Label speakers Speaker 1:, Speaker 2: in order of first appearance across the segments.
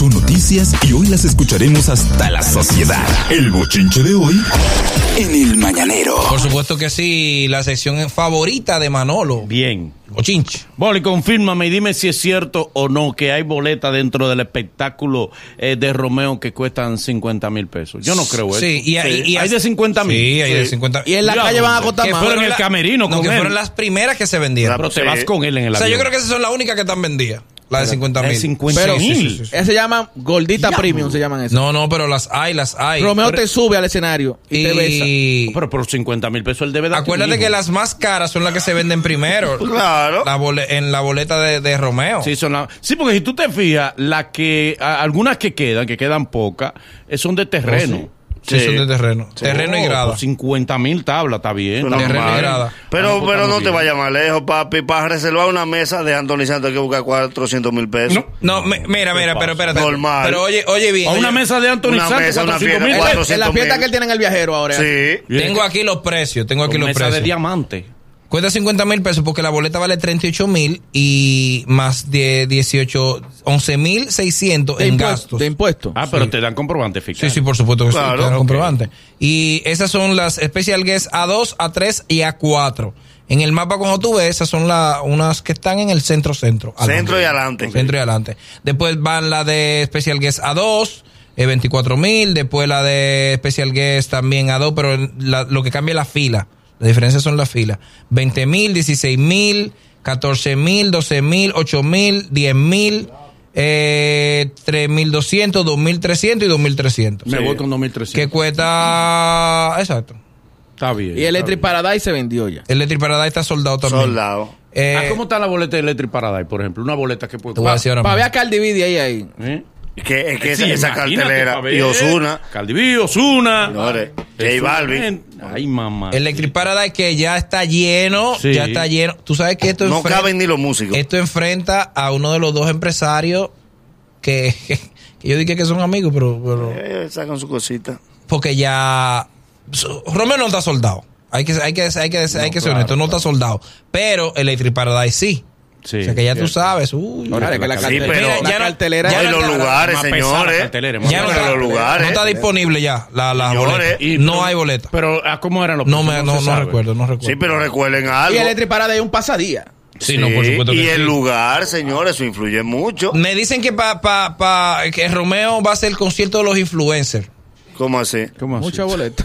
Speaker 1: noticias y hoy las escucharemos hasta la sociedad. El bochinche de hoy en el mañanero.
Speaker 2: Por supuesto que sí, la sección favorita de Manolo.
Speaker 3: Bien.
Speaker 2: Bochinche.
Speaker 3: Boli, confírmame y dime si es cierto o no que hay boletas dentro del espectáculo eh, de Romeo que cuestan 50 mil pesos. Yo no creo eso.
Speaker 2: Sí, y hay- y
Speaker 3: hay
Speaker 2: hay-
Speaker 3: de 50 mil.
Speaker 2: Sí, hay de 50.
Speaker 4: Y en la
Speaker 3: Ya,
Speaker 4: calle van a costar
Speaker 3: que
Speaker 4: más.
Speaker 3: fueron
Speaker 2: fueron
Speaker 3: en el
Speaker 2: la-
Speaker 3: camerino
Speaker 2: No,
Speaker 3: con
Speaker 2: que
Speaker 3: él.
Speaker 2: fueron las primeras que se vendieron.
Speaker 3: Pero te vas con él en el
Speaker 2: O sea, yo
Speaker 3: avión.
Speaker 2: creo que esas son las únicas que están vendidas. La de 50
Speaker 3: Hay
Speaker 2: mil.
Speaker 3: 50
Speaker 2: Sí, sí,
Speaker 3: mil.
Speaker 2: sí, sí, sí.
Speaker 4: Ese Eh, se llaman Gordita Premium, se llaman eso.
Speaker 2: No, no, pero las hay, las hay.
Speaker 4: Romeo te sube al escenario y, te besa.
Speaker 2: y
Speaker 3: Pero por 50 mil pesos él debe dar.
Speaker 2: Ah, acuérdate que las más caras son las que se venden primero.
Speaker 5: Claro.
Speaker 2: La bole- en la boleta de, de Romeo.
Speaker 3: Sí, son la- sí, porque si tú te fijas, las que a- algunas que quedan, que quedan pocas, eh, son de terreno.
Speaker 2: Sí,
Speaker 5: Sí.
Speaker 2: son de terreno. Oh, Terreno y
Speaker 3: Oh,
Speaker 2: grada.
Speaker 3: por 50 mil tablas, está bien.
Speaker 5: Suena
Speaker 3: está
Speaker 2: Terreno y
Speaker 3: normal.
Speaker 2: grada.
Speaker 3: Ah,
Speaker 5: Pero,
Speaker 3: pues,
Speaker 5: pero
Speaker 3: está
Speaker 5: no
Speaker 3: muy
Speaker 5: te
Speaker 3: bien.
Speaker 5: vayas más lejos, papi. Para reservar una mesa de Anthony Santos hay que buscar 400 mil pesos.
Speaker 2: No, no, me- mira, mira, pero espérate.
Speaker 5: Normal.
Speaker 2: Pero oye, oye bien.
Speaker 3: A una
Speaker 2: oye,
Speaker 3: mesa de Anthony
Speaker 5: Una
Speaker 3: Santos,
Speaker 5: mesa, una
Speaker 3: 400
Speaker 5: fiera,
Speaker 3: mil
Speaker 5: cuatro.
Speaker 3: pesos.
Speaker 4: En la
Speaker 5: 200.000.
Speaker 4: fiesta que él tiene en el viajero ahora.
Speaker 5: Sí.
Speaker 2: Tengo aquí los precios, tengo aquí
Speaker 3: Una
Speaker 2: los
Speaker 3: mesa de
Speaker 2: precios.
Speaker 3: diamante.
Speaker 2: Cuesta 50 mil pesos porque la boleta vale 38 mil y más de 18, 11 mil 600
Speaker 4: De
Speaker 2: en
Speaker 4: impuesto-
Speaker 2: gastos.
Speaker 4: De impuestos.
Speaker 3: Ah, pero te dan comprobante
Speaker 2: Sí,
Speaker 3: fiscal.
Speaker 2: sí, por supuesto que sí,
Speaker 5: Claro,
Speaker 2: te dan
Speaker 5: ok.
Speaker 2: comprobante. Y esas son las Special Guest A2, A3 y A4. En el mapa, como tú ves, esas son las unas que están en el centro-centro.
Speaker 5: Centro y adelante.
Speaker 2: Centro y adelante. Después van la de Special Guest A2, eh, 24 mil. Después la de Special Guest también A2, pero la- lo que cambia es la fila. La diferencia son las filas. 20 mil, 16 mil, 14 mil, 12 mil, 8 mil, 10 mil, eh, 3.200, 2.300 y 2.300.
Speaker 3: Me
Speaker 5: Sí.
Speaker 3: voy con 2.300.
Speaker 2: Que cuesta... Exacto.
Speaker 3: Está bien.
Speaker 4: Y
Speaker 3: está bien.
Speaker 4: Electric Paradise se vendió ya.
Speaker 2: Electric Paradise está soldado también.
Speaker 5: Soldado.
Speaker 2: Eh,
Speaker 3: Ah, ¿Cómo está la boleta de Electric Paradise, por ejemplo? Una boleta que puede
Speaker 2: Te voy a decir ahora
Speaker 4: Para ver
Speaker 2: mismo.
Speaker 4: a Cardi B de ahí ahí.
Speaker 3: ¿Eh?
Speaker 5: Que, es que
Speaker 3: Sí,
Speaker 5: esa, esa
Speaker 3: imagínate,
Speaker 5: cartelera.
Speaker 3: pa' ver.
Speaker 5: Y Osuna.
Speaker 3: Caldiví, Osuna. eh,
Speaker 5: Señores, J
Speaker 3: Eso,
Speaker 5: Balvin.
Speaker 3: gente. Ay, mamá.
Speaker 2: Electric Paradise que ya está lleno,
Speaker 3: Sí.
Speaker 2: ya está lleno. Tú sabes que esto
Speaker 5: No
Speaker 2: enfrenta-
Speaker 5: caben ni los músicos.
Speaker 2: Esto enfrenta a uno de los dos empresarios que, que yo dije que son amigos, pero, pero-
Speaker 5: Eh, sacan su cosita.
Speaker 2: porque ya so- Romeo no está soldado. Hay que hay que hay que, hay que ser
Speaker 3: claro,
Speaker 2: honesto, no está soldado, pero Electric Paradise sí.
Speaker 3: Sí,
Speaker 2: o sea que ya tú
Speaker 3: cierto.
Speaker 2: sabes, uy,
Speaker 3: Ahora
Speaker 4: Claro,
Speaker 3: que
Speaker 4: que la
Speaker 3: la
Speaker 4: cartelera,
Speaker 5: Sí, pero-
Speaker 4: la
Speaker 2: ya no-
Speaker 4: cartelera
Speaker 2: ya
Speaker 5: Y
Speaker 2: no
Speaker 5: los
Speaker 2: está-
Speaker 5: lugares,
Speaker 3: más pesada la
Speaker 5: señores.
Speaker 3: cartelera, más
Speaker 2: ya no
Speaker 5: Pero
Speaker 2: está,
Speaker 5: los lugares.
Speaker 2: no está disponible ya la, la
Speaker 5: Señores,
Speaker 2: boleta.
Speaker 3: Y-
Speaker 2: no
Speaker 3: pero-
Speaker 2: hay boleta.
Speaker 3: Pero, ¿a ¿cómo eran los
Speaker 2: No
Speaker 3: precios?
Speaker 2: me no,
Speaker 3: se
Speaker 2: no
Speaker 3: sabe.
Speaker 2: recuerdo, no recuerdo.
Speaker 5: Sí, pero recuerden algo.
Speaker 4: Y Electric Paradise es un pasadía.
Speaker 2: Sí, no, por
Speaker 5: Sí,
Speaker 2: supuesto
Speaker 5: y
Speaker 2: que
Speaker 5: el
Speaker 2: sí.
Speaker 5: lugar, señores, eso influye mucho.
Speaker 2: Me dicen que pa, pa, pa- que Romeo va a hacer el concierto de los influencers.
Speaker 5: ¿Cómo así?
Speaker 3: ¿Cómo así?
Speaker 4: Mucha boleta.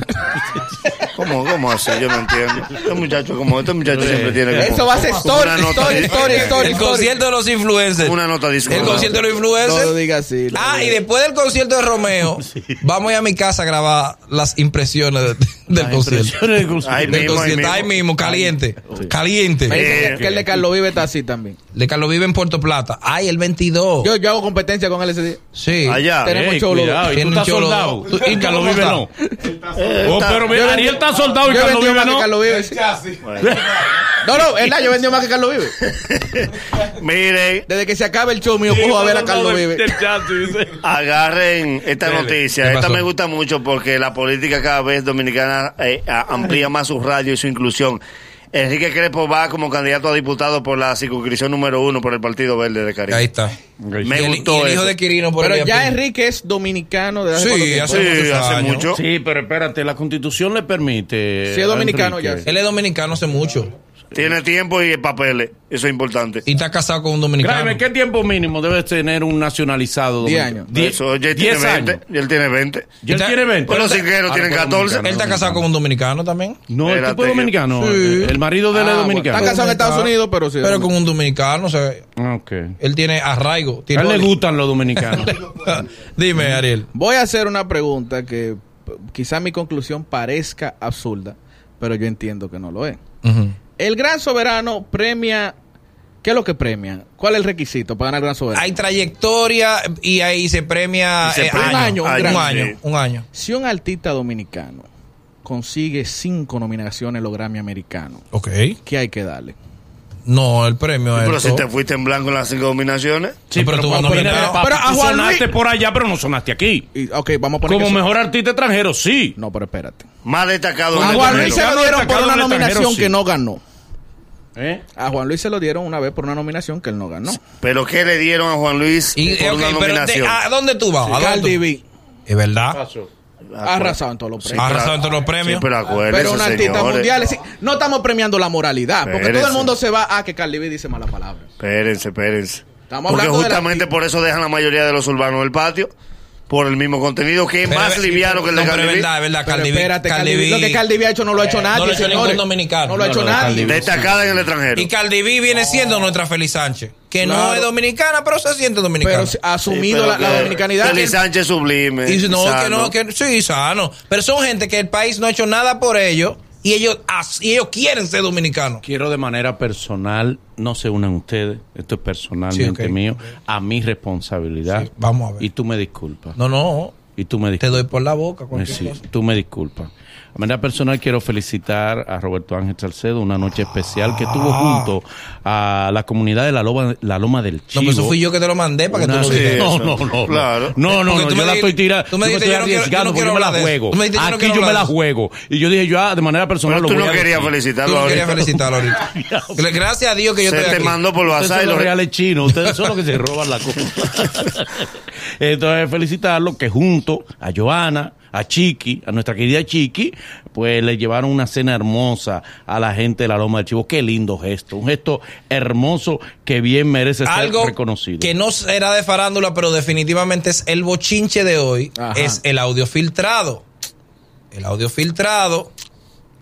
Speaker 5: ¿Cómo, cómo así? Yo no entiendo. Este muchacho, como este muchacho siempre tiene como-
Speaker 4: Eso va a ser
Speaker 5: como
Speaker 4: story,
Speaker 5: una nota
Speaker 4: story,
Speaker 5: di-
Speaker 4: story, story.
Speaker 2: El concierto de los influencers.
Speaker 5: Una nota discordante.
Speaker 2: El concierto de los
Speaker 4: No lo
Speaker 2: influencers.
Speaker 4: digas así. no
Speaker 2: Ah,
Speaker 4: lo
Speaker 2: y
Speaker 4: digas.
Speaker 2: después del concierto de Romeo, vamos a ir a mi casa a grabar las impresiones de- del concierto.
Speaker 3: Impresiones de concierto.
Speaker 5: Ahí
Speaker 2: Del
Speaker 5: mismo, ahí
Speaker 2: concierto,
Speaker 5: mismo.
Speaker 2: ahí mismo, caliente. Caliente.
Speaker 4: Me dicen
Speaker 5: Eh,
Speaker 4: que el de Carlos Vive está así también.
Speaker 2: De Carlos Vive en Puerto Plata. Ay, el 22.
Speaker 4: Yo, yo hago competencia con él ese día.
Speaker 2: sí.
Speaker 5: Allá.
Speaker 4: Tenemos
Speaker 3: Ey,
Speaker 4: cholo.
Speaker 3: cuidado, y tú
Speaker 2: Tienen
Speaker 3: estás
Speaker 2: cholo.
Speaker 3: soldado.
Speaker 2: Tú- ¿y
Speaker 3: Y Carlos
Speaker 2: cómo
Speaker 3: Vive
Speaker 2: está?
Speaker 3: no.
Speaker 5: Eh,
Speaker 3: Oh,
Speaker 5: está-
Speaker 3: pero mira, Ariel está soldado y
Speaker 4: Yo he
Speaker 3: Carlos Vive
Speaker 4: vendido más que
Speaker 3: no.
Speaker 4: Carlos Vive. sí. No, no, es verdad, yo he vendido más que Carlos Vive.
Speaker 5: Miren,
Speaker 4: Desde que se acabe el show mío, puedo a ver a Carlos Vive.
Speaker 5: agarren esta
Speaker 3: Dele.
Speaker 5: noticia.
Speaker 2: ¿Qué
Speaker 5: Esta
Speaker 2: pasó?
Speaker 5: me gusta mucho porque la política cada vez dominicana eh, a- amplía más su radio y su inclusión. Enrique Crespo va como candidato a diputado por la circunscripción número uno por el Partido Verde de Caribe.
Speaker 2: Ahí está.
Speaker 5: Me
Speaker 2: Y el, y
Speaker 5: gustó
Speaker 2: el
Speaker 5: eso.
Speaker 2: hijo de Ah, Quirino por
Speaker 4: Pero
Speaker 2: ahí
Speaker 4: ya
Speaker 2: apenas.
Speaker 4: Enrique es dominicano de hace
Speaker 2: Sí,
Speaker 4: cuánto tiempo.
Speaker 2: hace-
Speaker 5: Sí,
Speaker 2: muchos
Speaker 5: hace
Speaker 2: años.
Speaker 5: mucho.
Speaker 3: Sí, pero espérate, la constitución le permite.
Speaker 4: Sí, es
Speaker 3: a
Speaker 4: dominicano
Speaker 3: Enrique.
Speaker 4: ya.
Speaker 2: Él es dominicano hace mucho.
Speaker 5: Tiene tiempo y papeles. Eso es importante.
Speaker 2: Y está casado con un dominicano.
Speaker 3: Créeme, ¿qué tiempo mínimo debes tener un nacionalizado?
Speaker 4: Diez
Speaker 3: dominicano?
Speaker 4: años.
Speaker 3: Die-
Speaker 5: Eso, ya él tiene
Speaker 3: diez
Speaker 5: 20.
Speaker 3: años.
Speaker 5: Ya él tiene 20.
Speaker 3: Ya él
Speaker 2: Está-
Speaker 3: tiene 20.
Speaker 5: Pero los cinqueros tienen
Speaker 3: pues
Speaker 5: 14.
Speaker 2: Él está casado con un dominicano también.
Speaker 3: No, el tipo
Speaker 5: Espérate,
Speaker 3: es dominicano.
Speaker 2: Sí.
Speaker 3: El marido de él es
Speaker 4: Ah, bueno,
Speaker 3: dominicano.
Speaker 4: Está casado en Estados Unidos, pero sí.
Speaker 2: Pero con un dominicano, o sea,
Speaker 3: Ah, ok. A
Speaker 2: él tiene arraigo. Tiene
Speaker 3: él le gustan los dominicanos.
Speaker 2: Dime, Ariel.
Speaker 4: Voy a hacer una pregunta que p- quizá mi conclusión parezca absurda, pero yo entiendo que no lo es.
Speaker 2: Ujú.
Speaker 4: El gran soberano premia. ¿Qué es lo que premian? ¿Cuál es el requisito para ganar el gran soberano?
Speaker 2: Hay trayectoria y ahí se premia,
Speaker 5: Y se
Speaker 2: eh,
Speaker 5: premia.
Speaker 2: año, un
Speaker 5: Año,
Speaker 2: gran-
Speaker 5: sí.
Speaker 2: año, un año.
Speaker 4: Si un artista dominicano consigue cinco nominaciones en los Grammy americanos,
Speaker 2: Ok.
Speaker 4: ¿qué hay que darle?
Speaker 2: No, el premio es.
Speaker 5: Pero si
Speaker 2: todo.
Speaker 5: te fuiste en blanco en las cinco nominaciones.
Speaker 3: Sí,
Speaker 2: No,
Speaker 3: pero,
Speaker 2: pero tú-
Speaker 3: cuando
Speaker 2: pero-
Speaker 3: vienes de
Speaker 2: pero-
Speaker 3: papi,
Speaker 4: pero a
Speaker 3: tú
Speaker 4: Juan
Speaker 3: sonaste
Speaker 4: Luis-
Speaker 3: por allá, pero no sonaste aquí.
Speaker 4: Y, ok, vamos a poner.
Speaker 3: Como
Speaker 4: que-
Speaker 3: mejor artista extranero, sí.
Speaker 4: No, pero espérate.
Speaker 5: Más destacado.
Speaker 3: Ah,
Speaker 4: A
Speaker 5: en el
Speaker 4: Juan
Speaker 3: Luis
Speaker 4: Luis eh.
Speaker 5: género.
Speaker 4: se lo
Speaker 3: Dominicano
Speaker 4: dieron por
Speaker 3: destacado
Speaker 4: una
Speaker 3: en el extranjero,
Speaker 4: nominación
Speaker 3: sí.
Speaker 4: que no ganó.
Speaker 3: ¿Eh?
Speaker 4: A Juan Luis se lo dieron una vez por una nominación que él no ganó.
Speaker 5: ¿Pero qué le dieron a Juan Luis
Speaker 2: Y,
Speaker 5: por
Speaker 2: eh, ok,
Speaker 5: una
Speaker 2: pero de-
Speaker 5: nominación? Ah,
Speaker 2: ¿a dónde tú vas? ¿A dónde
Speaker 4: Cardi
Speaker 2: tú-
Speaker 4: B
Speaker 2: Es verdad.
Speaker 3: Paso.
Speaker 4: ha arrasado en todos los
Speaker 2: Ha
Speaker 4: premios.
Speaker 2: arrasado en todos los
Speaker 5: pues, Sí,
Speaker 2: premios.
Speaker 5: pero acuérdense,
Speaker 4: pero un artista
Speaker 5: señores.
Speaker 4: mundial. es decir, no estamos premiando la moralidad. Porque todo el
Speaker 5: Espérese.
Speaker 4: mundo se va a que Cardi B dice malas palabras.
Speaker 5: Espérense, espérense.
Speaker 4: Estamos
Speaker 5: Porque
Speaker 4: hablando de la-
Speaker 5: justamente por eso dejan la mayoría de los urbanos del patio. Por el mismo contenido que es
Speaker 2: Pero
Speaker 5: más
Speaker 2: es-
Speaker 5: liviano que el de
Speaker 2: no, pero
Speaker 5: Cardi
Speaker 2: Es
Speaker 5: B.
Speaker 2: verdad, es verdad.
Speaker 4: Pero
Speaker 2: Cardi B-
Speaker 4: espérate,
Speaker 2: Cardi
Speaker 4: Cardi B-
Speaker 2: B-
Speaker 4: Lo que Cardi B ha hecho no lo ha hecho nadie.
Speaker 2: No lo ha hecho
Speaker 4: señores.
Speaker 2: ningún dominicano.
Speaker 4: No lo ha
Speaker 2: No,
Speaker 4: hecho
Speaker 2: lo de Cardi
Speaker 4: nadie.
Speaker 2: B.
Speaker 5: Destacada en el extranjero.
Speaker 2: Y Cardi B viene siendo nuestra Feliz Sánchez. Que no
Speaker 4: Claro.
Speaker 2: es dominicana, pero se siente dominicana.
Speaker 4: Pero se- ha
Speaker 5: Sí,
Speaker 4: asumido
Speaker 5: pero
Speaker 4: la, la
Speaker 5: que-
Speaker 4: dominicanidad.
Speaker 5: Félix Sánchez sublime.
Speaker 2: Y si no, que
Speaker 5: Ah, sano.
Speaker 2: no, que sí, sano. Pero son gente que el país no ha hecho nada por ellos y ellos, as- y ellos quieren ser dominicanos.
Speaker 3: Quiero de manera personal, no se unan ustedes, esto es personalmente
Speaker 2: Sí, ok.
Speaker 3: mío, a mi responsabilidad.
Speaker 2: Sí, vamos a ver.
Speaker 3: Y tú me disculpas.
Speaker 2: No, no,
Speaker 3: Y tú me
Speaker 2: te
Speaker 3: disculpas.
Speaker 2: doy por la boca.
Speaker 3: Eh,
Speaker 2: cualquier
Speaker 3: sí,
Speaker 2: cosa.
Speaker 3: tú me disculpas. De manera personal quiero felicitar a Roberto Ángel Salcedo, una noche especial que tuvo
Speaker 2: Ah.
Speaker 3: junto a la comunidad de la Loma, la Loma del
Speaker 2: No,
Speaker 3: Chivo.
Speaker 2: pero eso fui yo que te lo mandé para que
Speaker 3: Una-
Speaker 2: tú lo digas.
Speaker 3: no,
Speaker 5: eso.
Speaker 3: no, no,
Speaker 5: Claro.
Speaker 3: No, no,
Speaker 2: Porque tú
Speaker 3: no, yo
Speaker 2: me
Speaker 3: la
Speaker 2: dijiste-
Speaker 3: estoy tirando.
Speaker 2: tú me
Speaker 3: yo me
Speaker 2: dijiste,
Speaker 3: estoy
Speaker 2: yo no quiero- yo no
Speaker 3: arriesgando porque
Speaker 2: quiero
Speaker 3: yo me la
Speaker 2: hablar de eso.
Speaker 3: juego.
Speaker 2: Tú me dijiste, yo no
Speaker 3: Aquí
Speaker 2: quiero
Speaker 3: yo me
Speaker 2: hablar
Speaker 3: la
Speaker 2: de eso.
Speaker 3: juego. Y yo dije, yo ah, de manera personal
Speaker 5: Pero tú
Speaker 3: lo
Speaker 5: no
Speaker 3: voy a
Speaker 5: querías
Speaker 3: decir.
Speaker 2: Tú
Speaker 5: felicitarlo
Speaker 2: no
Speaker 5: ahorita.
Speaker 2: querías felicitarlo ahorita. Gra- Gracias a Dios que yo
Speaker 5: Se
Speaker 2: estoy
Speaker 5: te
Speaker 2: aquí.
Speaker 5: mandó por WhatsApp
Speaker 3: Ustedes
Speaker 5: y
Speaker 3: son
Speaker 5: lo
Speaker 3: los
Speaker 5: re-
Speaker 3: reales chinos, ustedes son los que se roban la cosa. Entonces, felicitarlo que junto a Joana, a Chiqui, a nuestra querida Chiqui, pues le llevaron una cena hermosa a la gente de la Loma del Chivo. Qué lindo gesto, un gesto hermoso que bien merece ser
Speaker 2: Algo
Speaker 3: reconocido.
Speaker 2: que no será de farándula, pero definitivamente es el bochinche de hoy.
Speaker 4: Ajá.
Speaker 2: Es el audio filtrado. El audio filtrado,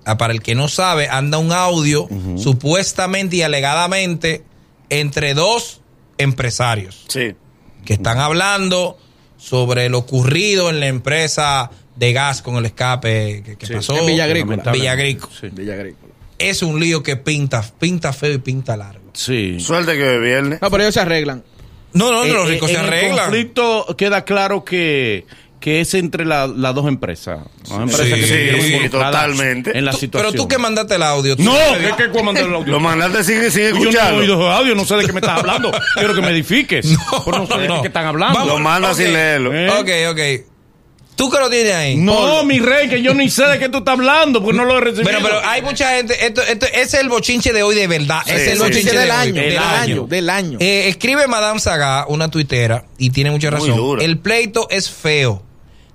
Speaker 2: ah, para el que no sabe, anda un audio supuestamente y alegadamente entre dos empresarios
Speaker 5: Sí.
Speaker 2: que están hablando sobre lo ocurrido en la empresa de gas con el escape que, que
Speaker 3: Sí,
Speaker 2: pasó
Speaker 4: en Villa Agrícola.
Speaker 2: Villa Agrícola.
Speaker 3: Sí.
Speaker 4: Villa Agrícola.
Speaker 2: Es un lío que pinta, pinta feo y pinta largo.
Speaker 3: Sí.
Speaker 5: Suerte que hoy es viernes.
Speaker 4: No, pero ellos se arreglan.
Speaker 2: No, no,
Speaker 3: Eh,
Speaker 2: los
Speaker 3: eh,
Speaker 2: ricos se
Speaker 3: en El
Speaker 2: arreglan.
Speaker 3: conflicto queda claro que, que es entre la- las dos empresas. Las dos empresas que
Speaker 2: Sí,
Speaker 3: se vieron
Speaker 2: sí,
Speaker 3: involucradas
Speaker 5: totalmente.
Speaker 3: En la
Speaker 2: Tú-
Speaker 3: situación.
Speaker 2: Pero tú que mandaste el audio. tú
Speaker 3: No,
Speaker 2: sabes.
Speaker 3: es que cuando el audio.
Speaker 5: Lo mandaste sin, sin
Speaker 3: Yo no he
Speaker 5: escucharlo.
Speaker 3: oído audio, no sé de qué me estás hablando. Quiero que me edifiques. No, no sé de
Speaker 2: no.
Speaker 3: qué están hablando.
Speaker 2: Vamos.
Speaker 5: Lo manda
Speaker 2: Ok.
Speaker 5: sin leerlo.
Speaker 3: Eh.
Speaker 2: Ok, ok. ¿Tú que lo tienes ahí?
Speaker 3: No, mi rey, que yo ni sé de qué tú estás hablando, porque no lo he recibido.
Speaker 2: Bueno, pero hay mucha gente. Esto, esto, ese es el bochinche de hoy de verdad.
Speaker 5: Sí,
Speaker 2: ese es el
Speaker 5: sí,
Speaker 2: bochinche
Speaker 5: sí.
Speaker 2: del
Speaker 4: del
Speaker 2: hoy.
Speaker 4: año,
Speaker 3: El
Speaker 4: del
Speaker 3: año.
Speaker 4: año, del año.
Speaker 2: Eh, escribe Madame Saga, una tuitera, y tiene mucha
Speaker 5: Muy
Speaker 2: razón.
Speaker 5: dura.
Speaker 2: El pleito es feo.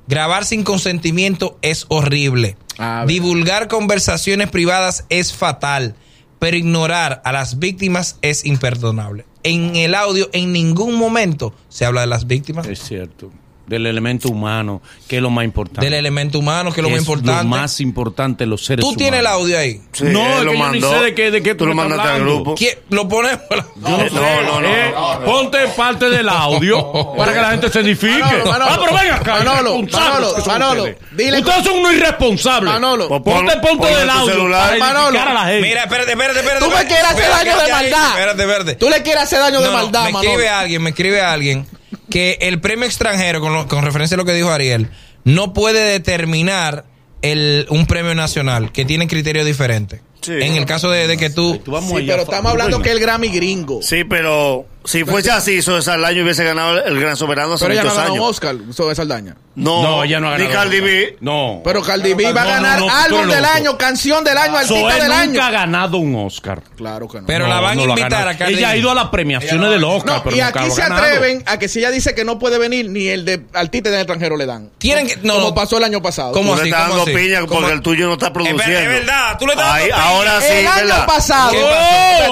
Speaker 2: Grabar sin consentimiento es horrible.
Speaker 4: Ah, verdad.
Speaker 2: Divulgar conversaciones privadas es fatal. Pero ignorar a las víctimas es imperdonable. En el audio, en ningún momento se habla de las víctimas,
Speaker 3: Es cierto. Del elemento humano, que es lo más importante.
Speaker 2: del elemento humano, que es lo más
Speaker 3: Es
Speaker 2: importante.
Speaker 3: Lo más importante, los seres
Speaker 2: Tú
Speaker 3: humanos.
Speaker 2: tienes el audio ahí.
Speaker 5: Sí,
Speaker 3: No,
Speaker 5: él
Speaker 3: es
Speaker 5: lo
Speaker 3: que yo ni
Speaker 5: mandó.
Speaker 3: sé de qué- de qué tú
Speaker 5: tú lo
Speaker 3: me estás
Speaker 5: mandaste al
Speaker 3: hablando.
Speaker 5: grupo.
Speaker 2: ¿Quién- ¿Lo pones?
Speaker 5: Eh, No, no, no.
Speaker 3: Eh, Ponte parte del audio para que la gente se edifique.
Speaker 4: Manolo, Manolo.
Speaker 3: ah, pero venga acá.
Speaker 4: Manolo,
Speaker 3: irresponsables
Speaker 4: Manolo,
Speaker 3: que son
Speaker 4: Manolo,
Speaker 3: ustedes.
Speaker 4: dile-
Speaker 3: ustedes son unos irresponsables.
Speaker 4: Manolo.
Speaker 5: Pues pon-
Speaker 3: ponte ponte
Speaker 5: ponlo en
Speaker 3: del
Speaker 5: tu
Speaker 3: audio
Speaker 5: celular.
Speaker 3: para edificar
Speaker 4: Manolo.
Speaker 3: a la gente.
Speaker 2: Mira, espérate, espérate, espérate.
Speaker 4: Tú me
Speaker 2: espérate.
Speaker 4: quieres hacer
Speaker 2: Espérate,
Speaker 4: daño de
Speaker 2: espérate,
Speaker 4: maldad.
Speaker 2: Espérate, espérate.
Speaker 4: Tú le quieres hacer daño de
Speaker 2: No, no,
Speaker 4: maldad,
Speaker 2: me
Speaker 4: Manolo.
Speaker 2: escribe alguien, me escribe alguien que el premio extranjero, con, lo- con referencia a lo que dijo Ariel, no puede determinar el, un premio nacional que tiene criterio diferente.
Speaker 5: Sí.
Speaker 2: en el caso de, de que tú...
Speaker 3: Tú vamos
Speaker 4: Sí,
Speaker 3: allá,
Speaker 4: pero
Speaker 3: Fabio.
Speaker 4: estamos hablando
Speaker 3: Bueno.
Speaker 4: que el Grammy gringo.
Speaker 5: Sí, pero si fuese así, Sosa año hubiese ganado el Gran Soberano hace
Speaker 4: Pero ella no
Speaker 5: muchos
Speaker 4: ganó un
Speaker 5: años.
Speaker 4: Oscar sobre Saldaña.
Speaker 5: No,
Speaker 3: No, ella no ha
Speaker 5: Ni
Speaker 3: ganado
Speaker 5: Cardi
Speaker 3: nunca.
Speaker 5: B.
Speaker 3: No.
Speaker 4: Pero Cardi B va a
Speaker 3: No, no,
Speaker 4: ganar
Speaker 3: no, tú eres
Speaker 4: álbum del
Speaker 3: loco.
Speaker 4: año, canción del año,
Speaker 3: Zoé
Speaker 4: artista del
Speaker 3: nunca
Speaker 4: año.
Speaker 3: ha ganado un Oscar.
Speaker 4: Claro que no.
Speaker 2: Pero la van a
Speaker 3: lo ha
Speaker 2: invitar
Speaker 3: ganado.
Speaker 2: a Cardi
Speaker 3: Ella ha
Speaker 2: B.
Speaker 3: ido a las premiaciones del Oscar,
Speaker 4: No,
Speaker 3: pero
Speaker 4: y
Speaker 3: nunca
Speaker 4: aquí
Speaker 3: lo ha
Speaker 4: se
Speaker 3: ganado.
Speaker 4: atreven a que si ella dice que no puede venir, ni el de artista del extranjero le dan.
Speaker 2: Tienen que- no,
Speaker 4: como
Speaker 2: no.
Speaker 4: pasó el año pasado.
Speaker 2: ¿Cómo
Speaker 5: Tú le
Speaker 2: así?
Speaker 5: estás
Speaker 2: ¿Cómo
Speaker 5: dando
Speaker 2: así?
Speaker 5: piña
Speaker 2: ¿Cómo?
Speaker 5: porque el tuyo no está
Speaker 2: ver- es
Speaker 5: produciendo.
Speaker 2: verdad, tú le estás
Speaker 5: Ay,
Speaker 2: dando piña.
Speaker 5: Ahora sí,
Speaker 4: el año
Speaker 5: ¿verdad?
Speaker 4: pasado.
Speaker 2: ¿Qué
Speaker 3: ¡Oh!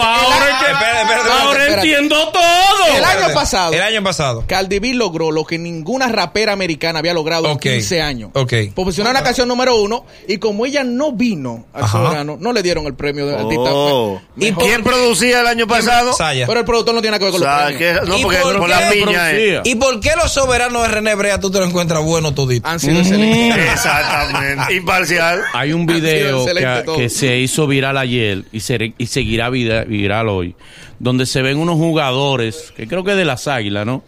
Speaker 2: pasó?
Speaker 3: Ahora, es que-
Speaker 2: Espérate, espérate,
Speaker 3: ahora
Speaker 4: espérate.
Speaker 3: entiendo todo.
Speaker 4: El año
Speaker 2: Espérate.
Speaker 4: pasado.
Speaker 2: El año pasado.
Speaker 4: Cardi B logró lo que ninguna rapera americana había logrado
Speaker 2: Ok.
Speaker 4: en 15 años.
Speaker 2: Ok.
Speaker 4: Posicionó una canción número uno y como ella no vino al
Speaker 2: Ajá.
Speaker 4: soberano, no le dieron el premio de artista.
Speaker 5: Oh. ¿Y
Speaker 4: Mejor.
Speaker 5: quién producía el año pasado?
Speaker 2: Saya.
Speaker 4: Pero el productor no tiene nada que ver
Speaker 5: O
Speaker 4: con los
Speaker 5: sea,
Speaker 4: premios.
Speaker 5: que- no,
Speaker 2: ¿Y
Speaker 5: porque
Speaker 2: por
Speaker 5: por,
Speaker 2: qué
Speaker 5: la
Speaker 2: lo
Speaker 5: piña. eh.
Speaker 3: producía?
Speaker 2: ¿Y por qué los soberanos de René Brea tú te lo encuentras bueno todito?
Speaker 4: Han
Speaker 5: Mm.
Speaker 4: sido excelentes.
Speaker 5: Exactamente. Imparcial.
Speaker 3: Hay un
Speaker 4: Ha
Speaker 3: video
Speaker 4: sido excelente
Speaker 3: que,
Speaker 4: todo.
Speaker 3: que se hizo viral ayer y, se- y seguirá vida- viral hoy, donde se ven unos jugadores, que creo que de las águilas, ¿no?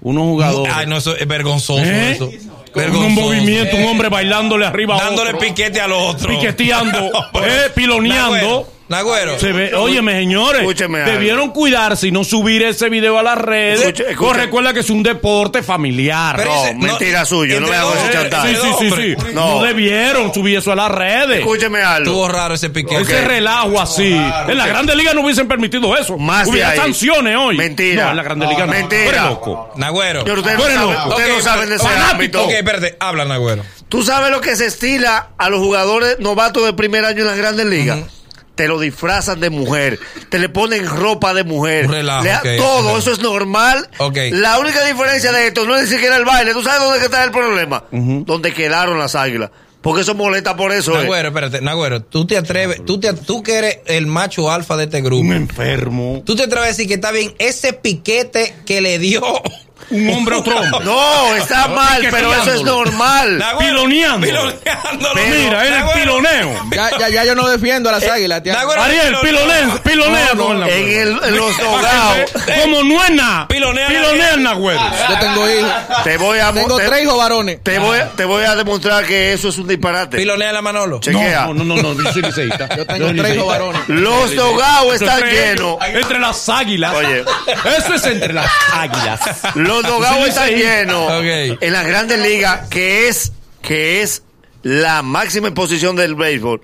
Speaker 3: Unos jugadores.
Speaker 2: Ay, no, eso es vergonzoso.
Speaker 3: ¿Eh?
Speaker 2: Eso.
Speaker 3: Con
Speaker 2: Vergonzoso.
Speaker 3: un movimiento, un hombre bailándole arriba a
Speaker 2: Dándole
Speaker 3: otro,
Speaker 2: piquete al otro.
Speaker 3: piqueteando,
Speaker 2: No, pero-
Speaker 3: eh,
Speaker 2: Nahuel,
Speaker 3: piloneando.
Speaker 2: Nagüero.
Speaker 3: Se ve, óyeme, señores,
Speaker 5: Escúcheme algo.
Speaker 3: debieron cuidarse y no subir ese video a las redes.
Speaker 5: Escuche-
Speaker 3: Pues
Speaker 5: escuche.
Speaker 3: recuerda que es un deporte familiar. eh,
Speaker 2: Pero
Speaker 5: no,
Speaker 2: ese-
Speaker 5: mentira suya, yo no
Speaker 2: entre
Speaker 5: me hago
Speaker 2: dos,
Speaker 5: ese chantaje.
Speaker 3: sí,
Speaker 2: entre dos,
Speaker 3: sí, sí, sí.
Speaker 2: hombre.
Speaker 5: No.
Speaker 3: No. debieron subir eso a las redes.
Speaker 5: Escúcheme algo.
Speaker 2: Estuvo raro ese piquete.
Speaker 3: Ese relajo así. en la Grande Liga no hubiesen permitido eso.
Speaker 5: Más de
Speaker 3: Hubiera
Speaker 5: ahí.
Speaker 3: sanciones hoy.
Speaker 5: Mentira.
Speaker 3: No, en la Grande
Speaker 5: Ah,
Speaker 3: Liga no.
Speaker 5: mentira.
Speaker 3: Tú eres loco.
Speaker 2: Nagüero.
Speaker 5: Pero ustedes
Speaker 3: Bueno,
Speaker 5: no saben,
Speaker 3: loco.
Speaker 5: ustedes no
Speaker 2: Ok,
Speaker 5: saben de ese
Speaker 2: fanático.
Speaker 5: ámbito.
Speaker 2: Ok, espérate, habla, Nagüero.
Speaker 5: Tú sabes lo que se estila a los jugadores novatos de primer año en las grandes ligas. Te lo disfrazan de mujer, te le ponen ropa de mujer,
Speaker 2: Un relajo,
Speaker 5: le da-
Speaker 2: ok,
Speaker 5: todo,
Speaker 2: ok.
Speaker 5: eso es normal.
Speaker 2: Ok.
Speaker 5: La única diferencia de esto no es ni siquiera el baile. ¿Tú sabes dónde que está el problema? Donde quedaron las águilas. Porque eso molesta por eso. eh.
Speaker 2: Nagüero, espérate, Nagüero, tú te atreves, tú, te, tú que eres el macho alfa de este grupo.
Speaker 3: Un enfermo.
Speaker 2: Tú te atreves a decir que está bien ese piquete que le dio.
Speaker 3: Un hombre a otro hombre.
Speaker 5: No, está mal, pero eso es
Speaker 3: piqueteándolo.
Speaker 5: normal.
Speaker 2: Nagüero,
Speaker 3: Piloneando.
Speaker 2: Piloneándolo.
Speaker 3: Mira, él es
Speaker 2: Nagüero,
Speaker 3: piloneo.
Speaker 4: Ya, ya, ya yo no defiendo a
Speaker 5: Eh,
Speaker 4: las águilas, tía.
Speaker 2: Nagüero,
Speaker 3: Ariel, pilonea, pilonea
Speaker 5: No,
Speaker 3: con la
Speaker 5: en,
Speaker 3: güera.
Speaker 5: el- en los dogados.
Speaker 3: Como no es nada.
Speaker 2: Pilonea,
Speaker 3: Pilonea
Speaker 2: Ariel.
Speaker 3: en la güera.
Speaker 4: Yo tengo hijos.
Speaker 5: Te voy a
Speaker 4: Tengo
Speaker 5: te-
Speaker 4: tres hijos varones.
Speaker 5: te voy a- te voy a demostrar que eso es un disparate.
Speaker 2: Pilonea la Manolo.
Speaker 5: Chequea.
Speaker 3: No, no, no, no, yo soy liceísta.
Speaker 4: Yo tengo tres hijos varones.
Speaker 5: Los dogados están llenos.
Speaker 3: Entre las águilas.
Speaker 5: Oye.
Speaker 3: Eso es entre las águilas.
Speaker 5: Los
Speaker 3: Yo
Speaker 5: dogados
Speaker 3: soy
Speaker 5: están
Speaker 3: liceísta.
Speaker 5: llenos.
Speaker 2: Ok.
Speaker 5: En las grandes ligas, que es, que es la máxima exposición del béisbol,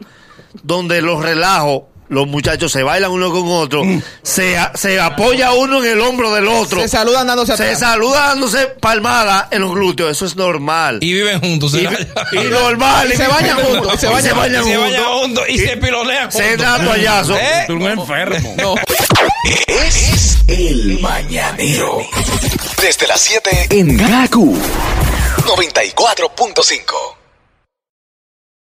Speaker 5: donde los relajos, los muchachos se bailan uno con otro, se, a- se apoya uno en el hombro del otro.
Speaker 4: Mm. Se saludan dándose
Speaker 5: Se
Speaker 4: atrás.
Speaker 5: saluda dándose palmada en los glúteos, eso es normal.
Speaker 2: Y viven juntos.
Speaker 5: Y-
Speaker 2: se-
Speaker 5: y normal.
Speaker 4: Y se bañan juntos, y se
Speaker 5: Y
Speaker 4: bañan
Speaker 2: Y se bañan
Speaker 5: juntos.
Speaker 2: juntos y se pilonean juntos.
Speaker 5: Se da toallazo.
Speaker 2: ¿Eh?
Speaker 3: Tú eres un enfermo.
Speaker 1: Es el mañanero. Desde las 7 en Gaku 94.5.